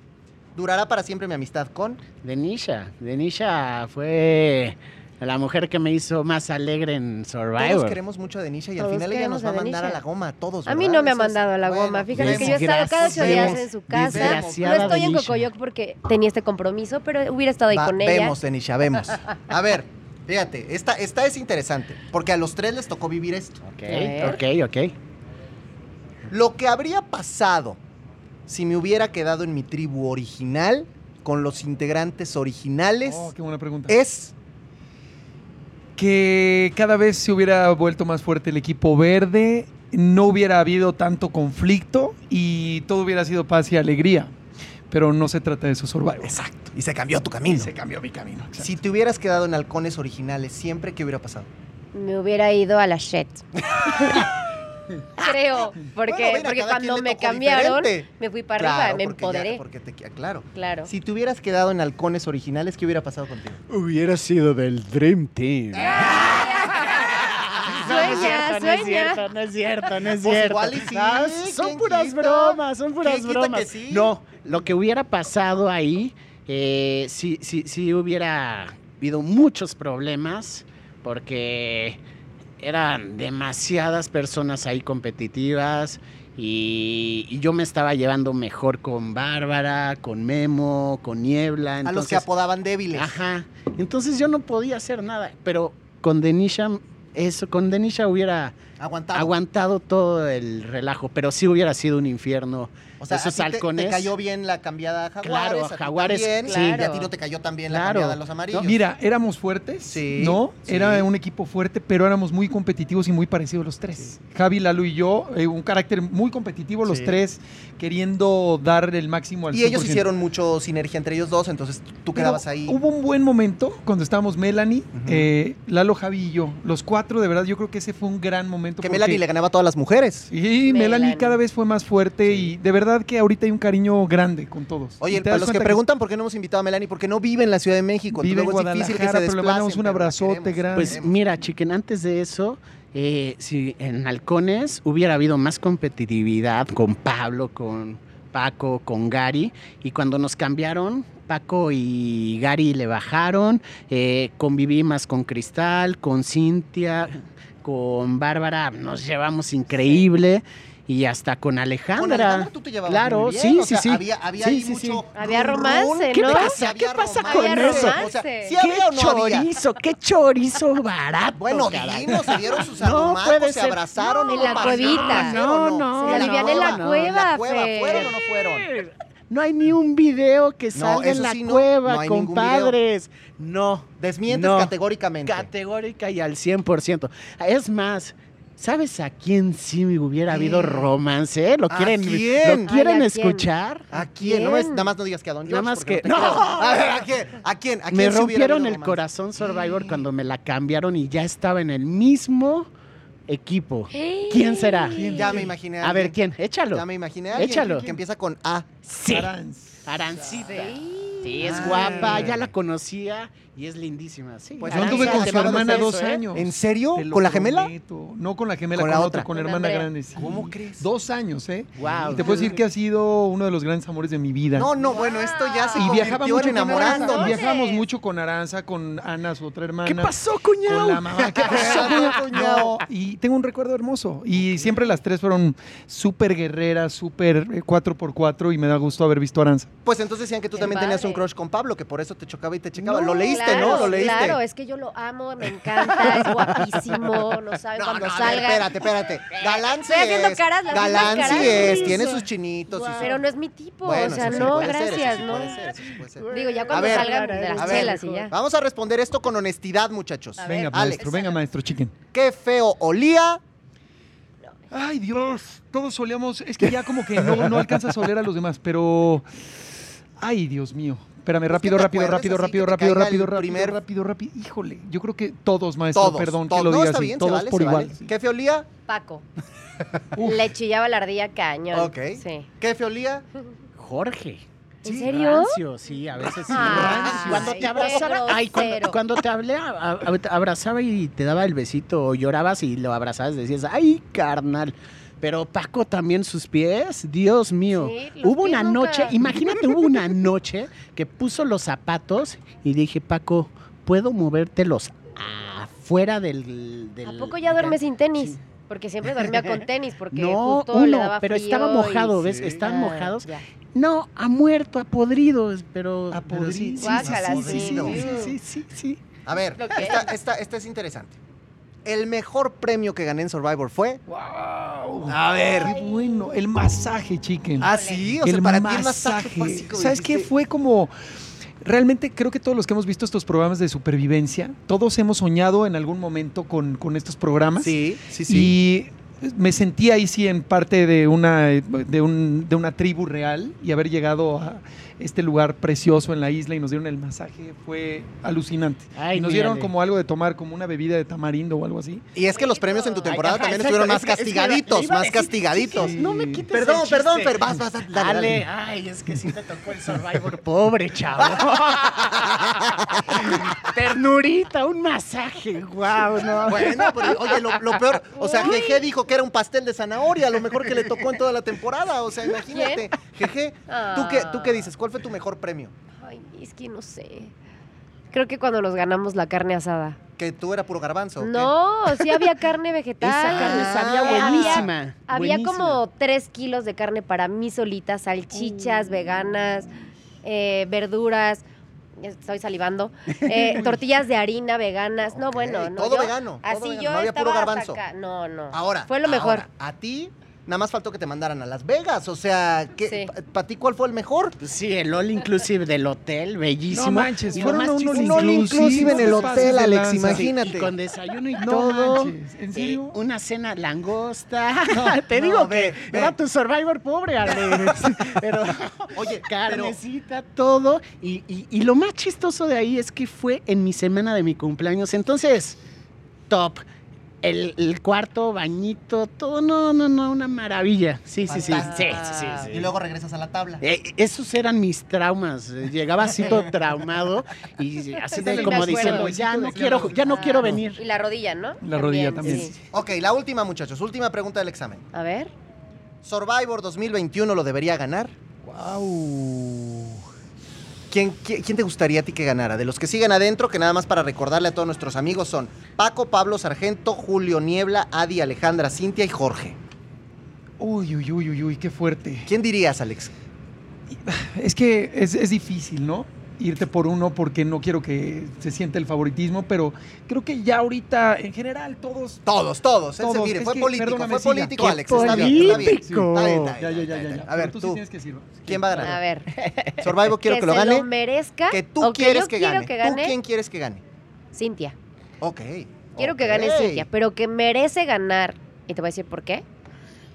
A: ¿Durará para siempre mi amistad con?
B: Denisha. Denisha fue la mujer que me hizo más alegre en
A: Todos
B: Survivor.
A: queremos mucho a Denisha y al
C: Todos
A: final ella
C: queremos
A: nos va a
C: a
A: mandar a
C: Denisha.
A: la goma a todos.
C: A mí
A: Pues, ¿verdad?
C: no me ha
A: Eso es-
C: mandado a la
A: Bueno,
C: goma. Fíjate que yo he
A: vemos.
C: estado cada ocho
B: Desgraciada
C: días
B: Denisha.
C: en su casa. No
B: Desgraciada
C: estoy en
B: Denisha.
C: Cocoyoc porque tenía este compromiso, pero hubiera estado ahí
A: Va,
C: con ella.
A: Vemos, Denisha, vemos. A ver, fíjate, esta, esta es interesante, porque a los tres les tocó vivir esto.
B: Ok, ok, ok.
A: Lo que habría pasado si me hubiera quedado en mi tribu original, con los integrantes originales,
D: Oh, qué buena pregunta.
A: es...
D: que cada vez se hubiera vuelto más fuerte el equipo verde, no hubiera habido tanto conflicto y todo hubiera sido paz y alegría. Pero no se trata de eso, Survivor.
A: Exacto. Y se cambió tu camino.
D: Se cambió mi camino. exacto.
A: Si te hubieras quedado en halcones originales, siempre que hubiera pasado.
C: Me hubiera ido a la Shet. Creo, porque,
A: Bueno, mira,
C: porque
A: cada quien
C: cuando
A: le
C: me
A: tocó
C: cambiaron,
A: diferente.
C: me fui para arriba,
A: Claro,
C: me
A: porque ya-
C: empoderé.
A: porque te, claro.
C: Claro.
A: Si te hubieras quedado en halcones originales, ¿qué hubiera pasado contigo?
B: Hubiera sido del Dream Team. No, no es
C: Sueña,
B: cierto, no es
C: sueña.
B: cierto, no es cierto, no es
A: Pues
B: cierto.
A: igual y sí,
B: No,
A: ¿quién
B: son puras
A: quita?
B: bromas, son puras
A: ¿Quién quita
B: bromas.
A: que sí?
B: No, lo que hubiera pasado ahí, eh, sí, sí, sí hubiera habido muchos problemas porque eran demasiadas personas ahí competitivas y, y yo me estaba llevando mejor con Bárbara, con Memo, con Niebla.
A: a los que
B: entonces- ah,
A: apodaban débiles.
B: Ajá. Entonces yo no podía hacer nada. Pero con Denisha eso con Denisha hubiera
A: Aguantado.
B: aguantado todo el relajo, pero sí hubiera sido un infierno.
A: o sea,
B: esos
A: a ti te- te,
B: halcones.
A: cayó bien la cambiada a Jaguares.
B: Claro,
A: a ti
B: Jaguares,
A: también,
B: sí.
A: Y a ti no te cayó tan bien la
B: Claro.
A: cambiada a los amarillos.
D: Mira, éramos fuertes,
A: Sí,
D: ¿no?
A: sí.
D: Era un equipo fuerte, pero éramos muy competitivos y muy parecidos los tres. Javi, Lalo y yo, eh, un carácter muy competitivo los
B: Sí.
D: tres, queriendo dar el máximo al
A: y ellos
D: 100%.
A: hicieron mucho sinergia entre ellos dos, entonces tú
D: Pero
A: quedabas ahí.
D: Hubo un buen momento cuando estábamos Melanie,
A: Ujú.
D: eh, Lalo, Javi y yo. Los cuatro, de verdad, yo creo que ese fue un gran momento.
A: que
D: porque-
A: Melanie le ganaba a todas las mujeres.
D: Y Melanie
C: Melanie.
D: cada vez fue más fuerte y de verdad que ahorita hay un cariño grande con todos. Y
A: Oye,
D: te
A: para
D: das
A: los que
D: cuenta
A: preguntan por qué no hemos invitado a Melanie, porque no vive en la Ciudad de México.
D: Vive en
A: entonces luego es difícil que se
D: Guadalajara, pero le mandamos
A: desplacen, pero
D: un
A: la queremos,
D: abrazote grande.
A: la
B: Pues
A: queremos.
B: mira, chiquen, antes de eso, eh, si en Halcones hubiera habido más competitividad con Pablo, con Paco, con Gary, y cuando nos cambiaron, Paco y Gary le bajaron, eh, conviví más con Cristal, con Cintia, con Bárbara, nos llevamos increíble, y hasta con
A: Con
B: Alejandra.
A: Alejandra tú te llevabas
B: Claro,
A: muy bien,
B: sí,
A: o sea,
B: sí, sí.
A: Había, había
B: Sí,
A: ahí
B: sí, sí.
A: mucho
C: Había
A: run-run,
C: romance,
B: ¿Qué
C: ¿no?
B: pasa?
A: había
B: ¿Qué pasa
A: romance,
B: con eso?
A: O sea, ¿sí
C: ¿Qué
A: había o no había?
B: chorizo, qué chorizo barato.
A: Bueno,
B: caray.
A: dinos, se dieron sus
B: No
A: arrumacos, se
B: puede ser.
A: abrazaron.
C: No, en
A: hubo
C: la
A: pasión,
C: cuevita.
A: ¿sí o
B: No, no,
C: Se la vivían en la
A: no, en la
C: cueva,
A: cueva,
C: Fer.
A: ¿Fueron o no fueron?
B: No hay ni un video que salga en
A: eso
B: la
A: sí, no.
B: cueva,
A: No hay ningún
B: compadres. No,
A: Desmientes
B: No.
A: categóricamente.
B: categórica y al 100%. Es más, ¿sabes a quién sí hubiera habido
A: ¿Quién?
B: romance? eh? ¿Lo
A: ¿A
B: quieren,
A: quién?
B: ¿lo quieren
C: Ay, ¿a quién?
B: escuchar?
A: ¿A quién? No me-
C: ¿Quién?
A: nada más no digas que a Don
B: Nada
A: George.
B: más
A: porque
B: que-
A: no. te
B: ¡No!
A: creo. A ver, ¿a quién? ¿A quién? ¿A quién
B: Me
A: sí hubiera
B: rompieron
A: habido
B: el
A: romance?
B: corazón Survivor cuando me la cambiaron y ya estaba en el mismo equipo. ¿Quién será?
A: Ya me imaginé.
B: A ver,
A: alguien.
B: ¿quién? Échalo.
A: Ya me imaginé. a alguien
B: Échalo.
A: Que empieza con A.
B: Sí.
D: Aranz.
B: Arancita. Sí,
A: Ah.
B: es guapa, ya la conocía y es lindísima. Sí,
A: Pues
D: Yo
A: Aranza,
D: anduve con
A: te
D: su
A: mando
D: hermana
A: beso, ¿eh?
D: dos
B: ¿eh?
D: años.
A: ¿En serio?
D: Te lo
A: ¿Con la gemela?
D: prometo. No con la gemela,
A: Con
D: con
A: la
D: la
A: otra.
D: con
C: Con
D: hermana
C: Andrea.
D: grande. sí.
A: ¿Cómo crees?
D: Dos años, ¿eh?
B: Wow.
D: Y te puedo decir que ha sido uno de los grandes amores de mi vida.
A: No, no, bueno, esto ya se
D: y viajaba
A: convirtió
D: mucho
A: en
D: con Aranza.
A: enamorando.
C: Viaja-
D: Viajábamos mucho con Aranza, con Ana, su otra hermana.
B: ¿Qué pasó,
D: Con
B: cuñado?
D: la mamá. ¿Qué pasó, cuñado? Y tengo un recuerdo hermoso. Y siempre las tres fueron súper guerreras, súper eh, 4x4 y me da gusto haber visto a Aranza.
A: Pues entonces decían que tú
C: Qué
A: también tenías un
C: padre.
A: crush con Pablo, que por eso te chocaba y te checaba.
D: No,
A: lo leíste, ¿no?
C: Claro,
A: Lo leíste.
C: Claro, es que yo lo amo, me encanta, es guapísimo, no saben
A: No,
C: cuando
A: no, a ver,
C: salga.
A: espérate, espérate. Galán sí
C: Estoy haciendo
A: es.
C: caras, las mismas
A: Galán
C: caras
A: sí
C: que
A: es.
C: hizo.
A: Tiene sus chinitos. y su-
C: pero no es mi tipo,
A: Bueno,
C: o sea,
A: eso sí
C: no,
A: puede ser, eso sí
C: gracias,
A: puede
C: ¿no?
A: ser, eso sí puede ser.
C: Digo, ya cuando
A: ver,
C: salgan de las
A: a ver,
C: chelas y ya.
A: Vamos a responder esto con honestidad, muchachos.
C: A ver.
D: Venga,
A: Alex.
D: maestro, venga, maestro, chiquen.
A: Qué feo olía.
D: Ay, Dios, todos solíamos, es que ya como que no, no alcanzas a oler a los demás, pero... Ay, Dios mío. Espérame, rápido,
A: te
D: rápido,
A: acuerdes
D: rápido,
A: así que te
D: rápido, rápido,
A: caiga el
D: rápido, rápido,
A: primer-
D: rápido, rápido. Híjole, yo creo que todos, maestro,
A: Todos.
D: perdón
A: todos.
D: que lo
A: no,
D: diga
A: está
D: así,
A: bien, se
D: todos
A: vale,
D: por
A: se
D: igual.
A: vale. Qué feo olía.
C: Paco.
D: Uf.
C: Le chillaba la ardilla cañón.
A: Ok.
C: Sí.
A: Qué feo olía.
B: Jorge.
C: ¿En serio?
B: Rancio, sí, a veces sí.
C: Ay,
B: cuando te
C: qué
B: abrazaba, ay, cuando,
C: grosero.
B: cuando te hablé, a- a- a- abrazaba y te daba el besito, o llorabas y lo abrazabas, decías, ay, carnal. Pero Paco también sus pies, Dios mío.
C: Sí, los
B: hubo
C: pies
B: una
C: nunca.
B: noche, imagínate, hubo una noche que puso los zapatos y dije, Paco, ¿puedo movértelos afuera del... del
C: ¿A poco ya duerme sin tenis? Porque siempre dormía con tenis, porque
B: No,
C: justo le
B: uno,
C: daba
B: pero
C: frío
B: estaba
C: y-
B: mojado, ¿ves?
A: Sí.
B: Estaban
C: Ah,
B: mojados.
C: ya.
B: No, ha muerto, ha podrido, es- pero...
D: A
B: pero sí,
D: podrido.
B: sí,
C: Guácala,
B: sí, sí, sí,
A: sí.
B: sí, sí, sí, sí.
A: A ver,
C: Ok.
A: esta, esta- esta es interesante. El mejor premio que gané en Survivor fue.
D: Wow.
A: A ver.
D: Qué bueno, el masaje, chiquen.
A: Ah, sí, o sea, para ti el masaje básico,
D: ¿Sabes qué?
A: dijiste,
D: Fue como. Realmente creo que todos los que hemos visto estos programas de supervivencia, todos hemos soñado en algún momento con, con estos programas.
A: Sí, sí, sí.
D: Y me sentí ahí sí en parte de una, de, un- de una tribu real y haber llegado a este lugar precioso en la isla y nos dieron el masaje fue alucinante.
B: Ay,
D: y nos dieron
B: mírale.
D: como algo de tomar, como una bebida de tamarindo o algo así.
A: Y, es que los premios en tu temporada
B: Ay, ajá,
A: también
B: exacto,
A: estuvieron
B: es
A: más
B: que- es que iba-
A: castigaditos,
B: iba a
A: más
B: decir,
A: castigaditos.
B: sí, sí, No me quites
A: Perdón,
B: el
A: perdón,
B: chiste.
A: Fer, vas, vas, dale, dale.
B: Dale, ay, es que sí te tocó el Survivor. Pobre chavo. Ternurita, un masaje, guau, no.
A: Bueno, pero oye, lo, lo peor, o sea, Jeje dijo que era un pastel de zanahoria, a lo mejor que le tocó en toda la temporada, o sea, imagínate. Jeje, ¿tú qué, ¿tú qué dices? ¿Cuál fue tu mejor premio?
C: Ay, es que no sé. Creo que cuando nos ganamos la carne asada.
A: ¿Que tú era puro garbanzo? o qué?
C: No, sí había carne vegetal.
B: Esa carne sabía buenísima.
C: Había
B: buenísima.
C: como tres kilos
A: Mm.
C: de carne para mí solita, salchichas veganas, eh, verduras. ya estoy salivando, eh, tortillas de harina veganas. No,
A: Ok,
C: bueno, no.
A: todo
C: yo-
A: vegano, todo
C: Así
A: vegano.
C: yo
A: No había puro
C: estaba hasta
A: garbanzo.
C: acá. No, no.
A: Ahora.
C: Fue lo mejor.
A: ahora, a ti, nada más faltó que te mandaran a Las Vegas. O sea,
C: Sí.
A: ¿para ti cuál fue el mejor?
B: Pues Sí, el all inclusive del hotel, bellísimo.
D: No manches,
B: Y lo
D: fueron
B: más
D: a un all
B: chistoso-
A: Un all inclusive en
D: no
A: el
D: te pases
A: hotel,
D: de
A: Alex,
D: lanza.
B: Sí,
A: imagínate.
B: y con desayuno y
D: No
B: Ah, todo.
D: manches, ¿en
B: Eh,
D: serio?
B: una cena langosta. Te
A: no,
B: digo
A: ve,
B: que
A: ve.
B: era tu Survivor pobre, Alex. pero
A: Oye, pero
B: carnecita, todo. Y, y- y lo más chistoso de ahí es que fue en mi semana de mi cumpleaños. Entonces, top. El, el cuarto, bañito, todo. No, no, no, una maravilla. Sí, sí, sí. Sí,
C: Fantástico.
B: sí, sí, sí.
A: Y luego regresas a la tabla.
B: Eh, esos eran mis traumas. Eh, Llegaba así todo traumado y así de-
C: Sí, me
B: como
C: acuerdo.
B: diciendo, ya no
D: Sí,
B: quiero, ya no quiero
C: Y
B: venir.
C: la rodilla, ¿no?
D: La rodilla también.
C: sí.
A: Ok, la última, muchachos. Última pregunta del examen.
C: A ver.
A: ¿Survivor 2021 lo debería ganar?
D: Wow.
A: ¿Quién, qui- quién te gustaría a ti que ganara? De los que siguen adentro, que nada más para recordarle a todos nuestros amigos son Paco, Pablo Sargento, Julio Niebla, Adi, Alejandra, Cintia y Jorge.
D: Uy, uy, uy, uy, uy, qué fuerte.
A: ¿Quién dirías, Alex?
D: Es que es, es difícil, ¿no? Irte por uno porque no quiero que se sienta el favoritismo, pero creo que ya ahorita, en general, todos.
A: Todos, todos. él se
D: Todos,
A: mire,
D: es
A: fue
D: que,
A: político,
D: perdóname,
A: fue
D: Sila.
A: político,
B: ¡Qué
A: Alex. Está bien, está bien.
B: político!
A: Está bien, está
D: Ya,
A: bien,
D: ya,
A: está
D: ya,
A: bien.
D: ya.
A: A ver,
D: Pero tú, sí
A: tú,
D: tienes que decirlo.
A: ¿quién va a
C: A
A: ganar?
C: ver.
A: Survivor quiero que, lo
C: se
A: gane.
C: lo merezca.
A: que tú
C: o
A: quieres
C: yo
A: que
C: quiero
A: gane.
C: que
A: ¿Tú
C: gane.
A: quién quieres que gane?
C: Cintia.
A: Ok.
C: Quiero que
A: ok.
C: gane Cintia, pero que merece ganar. Y te voy a decir por qué.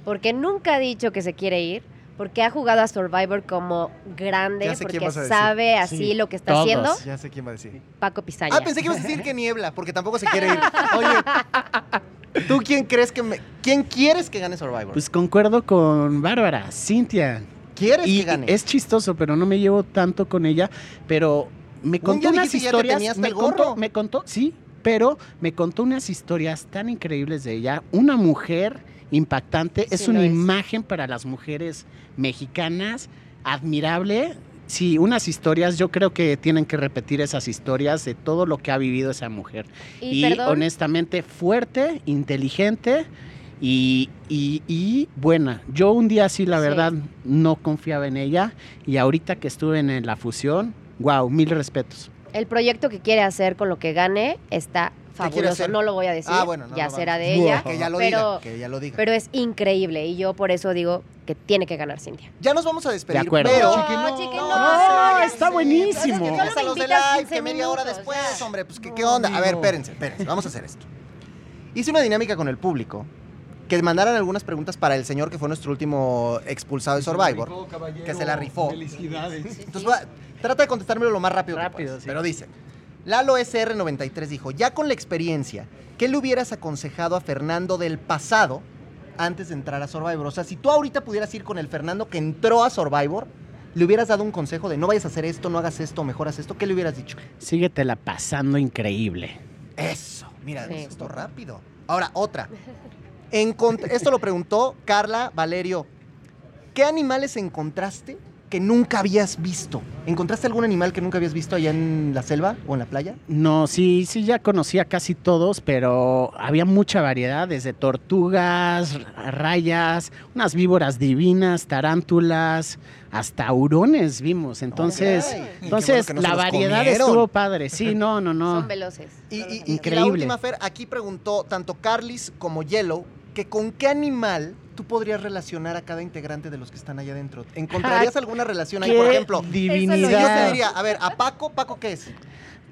C: Porque nunca ha dicho que se quiere ir, porque ha jugado a Survivor como grande,
A: Ya sé quién
C: porque
A: vas a decir.
C: sabe así
B: Sí,
C: lo que está
B: todos.
C: haciendo
A: Ya sé quién va a decir.
C: Paco Pizaña.
A: Ah, pensé que ibas a decir que niebla, porque tampoco se quiere ir. Oye, ¿tú quién crees que me- quién quieres que gane Survivor?
B: Pues concuerdo con Bárbara, Cintia.
A: ¿Quieres
B: Y
A: que gane?
B: es chistoso, pero no me llevo tanto con ella. Pero me contó
A: día
B: unas
A: dijiste, ya te
B: historias.
A: tenías hasta
B: me,
A: el gorro.
B: contó, me contó, sí, pero me contó unas historias tan increíbles de ella. Una mujer impactante.
C: Sí,
B: es
C: lo
B: una
C: es.
B: imagen para las mujeres mexicanas. Admirable. Sí, unas historias. Yo creo que tienen que repetir esas historias de todo lo que ha vivido esa mujer
C: y,
B: y,
C: perdón,
B: honestamente fuerte, inteligente y, y- y buena. Yo un día sí, la
C: Sí.
B: verdad, no confiaba en ella y ahorita que estuve en la fusión, wow, mil respetos.
C: el proyecto que quiere hacer con lo que gane está
A: quiere
C: fabuloso.
A: hacer?
C: No lo voy a decir,
A: Ah, bueno, no
C: ya
A: lo
C: será
A: vamos.
C: de ella,
A: que ya lo
C: pero,
A: diga, que ya lo diga.
C: pero es increíble y yo por eso digo que tiene que ganar Cintia.
A: ya nos vamos a despedir,
B: acuerdo.
A: pero
D: No, chiqui, no,
C: chiqui,
A: no,
B: no,
C: ya
B: está
C: sé.
B: buenísimo.
C: Solo
A: Que
C: me
A: digas a los de
C: invitas
A: live
C: 15
A: que media hora
C: minutos,
A: después,
C: ya.
A: hombre, pues ¿qué,
D: No,
A: qué onda? A ver,
D: amigo.
A: espérense, espérense, vamos a hacer esto. Hice una dinámica con el público que mandaran algunas preguntas para el señor que fue nuestro último expulsado de Survivor. que se la rifó.
D: Felicidades.
A: Entonces, voy a- trata de contestármelo lo más rápido, que
B: Rápido,
A: puedas.
B: sí.
A: Pero dice, Lalo SR93 dijo, ya con la experiencia, ¿qué le hubieras aconsejado a Fernando del pasado antes de entrar a Survivor? O sea, si tú ahorita pudieras ir con el Fernando que entró a Survivor, le hubieras dado un consejo de no vayas a hacer esto, no hagas esto, mejoras esto, ¿qué le hubieras dicho?
B: Síguetela pasando increíble.
A: Eso, mira,
C: Sí.
A: esto rápido. Ahora, otra. Encont- esto lo preguntó Carla Valerio. ¿Qué animales encontraste que nunca habías visto? ¿Encontraste algún animal que nunca habías visto allá en la selva o en la playa?
B: No, sí, sí, ya conocía casi todos, pero había mucha variedad, desde tortugas, r- rayas, unas víboras divinas, tarántulas, hasta hurones vimos. Entonces,
A: Ok. Y qué bueno
B: entonces
A: que no se
B: la
A: los
B: variedad
A: comieron.
B: estuvo padre. Sí, no, no, no.
C: Son veloces.
A: Y,
C: Son
A: y- y- y
C: veloces.
A: la
B: Increíble.
A: última, Fer, aquí preguntó tanto Carlis como Yellow que con qué animal tú podrías relacionar a cada integrante de los que están allá adentro. ¿Encontrarías alguna relación ahí? Por
B: Ah, Qué
A: ejemplo, si yo te
B: divinidad.
A: diría, a ver, a Paco, ¿Paco qué es?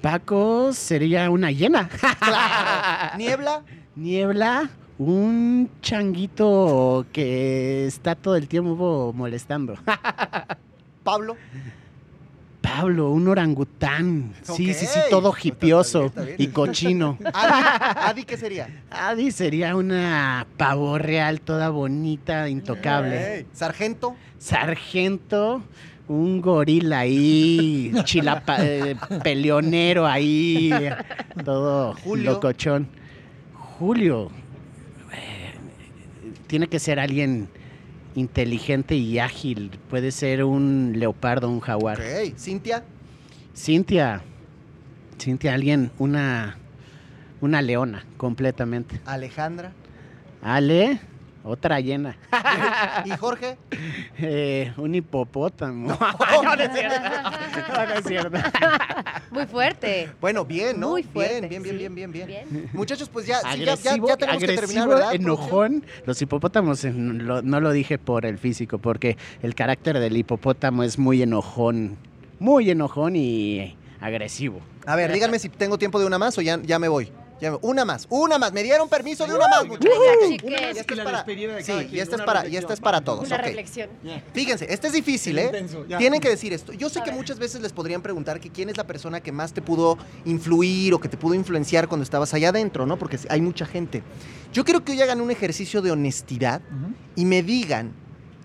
B: Paco sería una hiena.
A: Claro. Niebla,
B: Niebla, un changuito que está todo el tiempo molestando.
A: Pablo.
B: Pablo, un orangután. Sí, sí, sí,
A: Ok.
B: todo
A: Está- está
B: hipioso
A: bien, está bien.
B: y cochino.
A: Adi, Adi, ¿qué sería?
B: Adi sería una pavo real toda bonita, intocable.
A: Ey. Sargento.
B: Sargento, un gorila ahí, chilapa, eh, peleonero ahí, todo
A: Julio.
B: locochón. Julio, eh, tiene que ser alguien inteligente y ágil. Puede ser un leopardo, un jaguar.
A: Ok. Cintia.
B: Cintia, Cintia, alguien, una, una leona, completamente.
A: Alejandra.
B: Ale, Otra llena.
A: ¿Y Jorge? Oh,
B: Eh, un hipopótamo. No, no es cierto. No, no es cierto.
C: Muy fuerte.
A: Bueno, bien, ¿no?
C: Muy
A: Bien,
C: fuerte.
A: Bien, bien,
C: sí.
A: bien, bien, bien,
C: Bien.
A: Muchachos, pues ya, sí, ya- ya-
B: Agresivo,
A: ya tenemos que
B: agresivo,
A: terminar, ¿verdad?
B: enojón. Los hipopótamos en- lo- no lo dije por el físico, porque el carácter del hipopótamo es muy enojón. Muy enojón y agresivo.
A: A ver, díganme si tengo tiempo de una más o ya, ya me voy. Ya me- una más, una más. Me dieron permiso de una más, muchachos.
C: Venga,
A: Ok.
C: chiques.
A: Y esta
D: Y
A: es
D: la
A: para,
D: despedida de
A: sí,
D: cada
A: y
D: quien,
A: esta es
D: una
A: para, y esta es para todos.
C: Una
A: Pues ok.
C: reflexión.
A: Fíjense, este es difícil,
D: Sí,
A: ¿eh?
D: intenso, ya.
A: Tienen que decir esto. Yo sé
C: A
A: que
C: ver.
A: muchas veces les podrían preguntar que quién es la persona que más te pudo influir o que te pudo influenciar cuando estabas allá adentro, ¿no? Porque hay mucha gente. Yo quiero que hoy hagan un ejercicio de honestidad
D: Ujú.
A: y me digan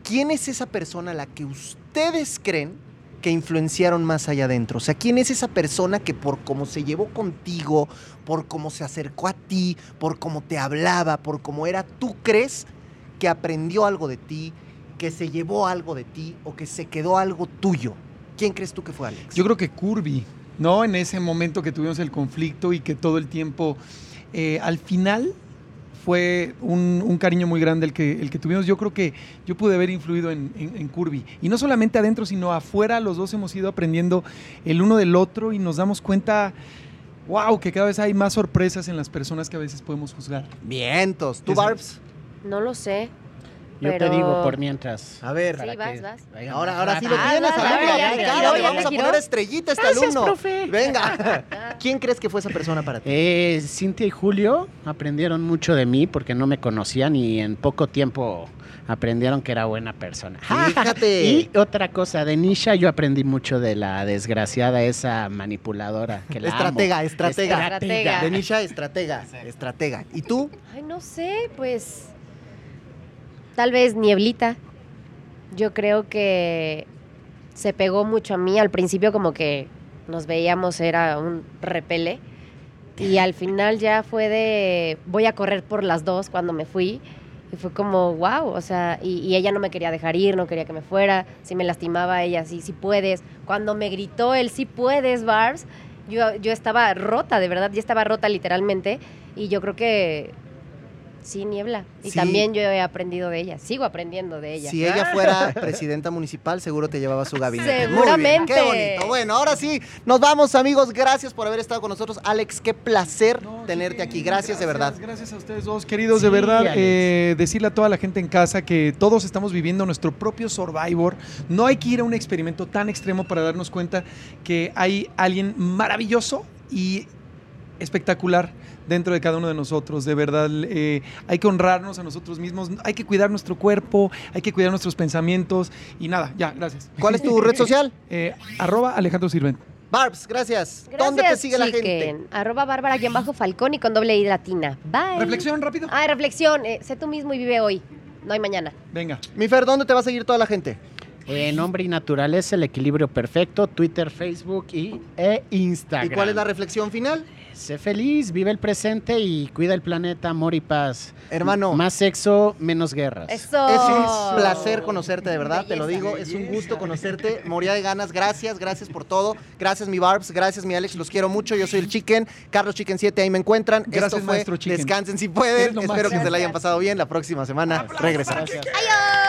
A: quién es esa persona a la que ustedes creen que influenciaron más allá adentro. O sea, quién es esa persona que por cómo se llevó contigo, por cómo se acercó a ti, por cómo te hablaba, por cómo era, tú crees que aprendió algo de ti, que se llevó algo de ti o que se quedó algo tuyo. ¿Quién crees tú que fue Alex?
D: Yo creo que Kirby, ¿no? En ese momento que tuvimos el conflicto y que todo el tiempo, eh, al final fue un, un cariño muy grande el que, el que tuvimos. Yo creo que yo pude haber influido en, en, en Kirby. Y no solamente adentro, sino afuera, los dos hemos ido aprendiendo el uno del otro y nos damos cuenta, wow, que cada vez hay más sorpresas en las personas que a veces podemos juzgar.
A: Vientos, tú
D: Eso.
A: Barbs.
C: No lo sé.
B: Yo
C: Pero-
B: te digo por mientras.
A: A ver.
C: Sí, vas, vas.
B: vayan
A: Ahora,
B: más
A: ahora sí lo
B: rápido.
C: Ah,
A: tienes,
C: ah,
A: a ver,
C: ah,
A: ya,
C: ah,
A: ya,
C: ah,
A: ya,
C: ah,
A: le
C: ya
A: vamos a
C: giró.
A: poner estrellita a este
B: Gracias,
A: alumno.
B: profe.
A: Venga. ¿Quién crees que fue esa persona para ti?
B: Eh, Cintia y Julio aprendieron mucho de mí porque no me conocían y en poco tiempo aprendieron que era buena persona.
A: Fíjate.
B: Y otra cosa, de Nisha yo aprendí mucho de la desgraciada esa manipuladora que la amo.
A: Estratega, estratega.
C: Estratega.
A: Denisha, estratega. Estratega. ¿Y tú?
C: Ay, no sé, pues. Tal vez Nieblita. Yo creo que se pegó mucho a mí. Al principio, como que nos veíamos, era un repele. Y al final ya fue de. Voy a correr por las dos cuando me fui. Y fue como, wow, o sea, y, y ella no me quería dejar ir, no quería que me fuera. Si me lastimaba, ella sí, sí puedes. Cuando me gritó el sí puedes, Barbs, yo, yo estaba rota, de verdad, ya estaba rota literalmente. Y yo creo que sí, niebla. Y
A: Sí.
C: también yo he aprendido de ella, sigo aprendiendo de ella.
A: Si ella fuera presidenta municipal, seguro te llevaba a su gabinete. Muy bien,
C: Seguramente.
A: qué bonito. Bueno, ahora sí, nos vamos, amigos. Gracias por haber estado con nosotros. Alex, qué placer
D: No,
A: tenerte
D: sí,
A: aquí. Gracias, de verdad.
D: Gracias a ustedes dos, queridos, de
B: Sí,
D: verdad.
B: Alex.
D: eh, decirle a toda la gente en casa que todos estamos viviendo nuestro propio Survivor. No hay que ir a un experimento tan extremo para darnos cuenta que hay alguien maravilloso y espectacular dentro de cada uno de nosotros, de verdad. eh, hay que honrarnos a nosotros mismos, hay que cuidar nuestro cuerpo, hay que cuidar nuestros pensamientos y nada, ya, gracias.
A: ¿Cuál es tu red social?
D: Eh, arroba Alejandro Sirven.
A: Barbs, gracias.
C: Gracias,
A: ¿Dónde te sigue la
C: chiquen.
A: gente?
C: Arroba Bárbara guión bajo Falcón y con doble I latina. Bye.
D: Reflexión rápido.
C: Ah, reflexión. eh, sé tú mismo y vive hoy. No hay mañana.
D: Venga.
A: Mi Fer, ¿dónde te va a seguir toda la gente?
B: Eh, nombre y naturaleza, el equilibrio perfecto, Twitter, Facebook y, e
A: ¿Y
B: Instagram.
A: cuál es la reflexión final?
B: Sé feliz, vive el presente y cuida el planeta, amor y paz.
A: Hermano.
B: Más sexo, menos guerras.
C: Eso.
A: Es un placer conocerte, de verdad, te lo
C: Belleza.
A: digo. Es un gusto conocerte. Moría de ganas. Gracias, gracias por todo. Gracias, mi Barbs. Gracias, mi Alex. Los quiero mucho. Yo soy el Chicken. Carlos Chicken 7, ahí me encuentran.
D: Gracias,
A: Esto fue
D: maestro Chicken.
A: Descansen si
D: Eres
A: pueden.
D: lo
A: Espero que se la
D: máximo.
A: hayan pasado bien. La próxima semana regresamos.
B: Gracias.
C: Adiós.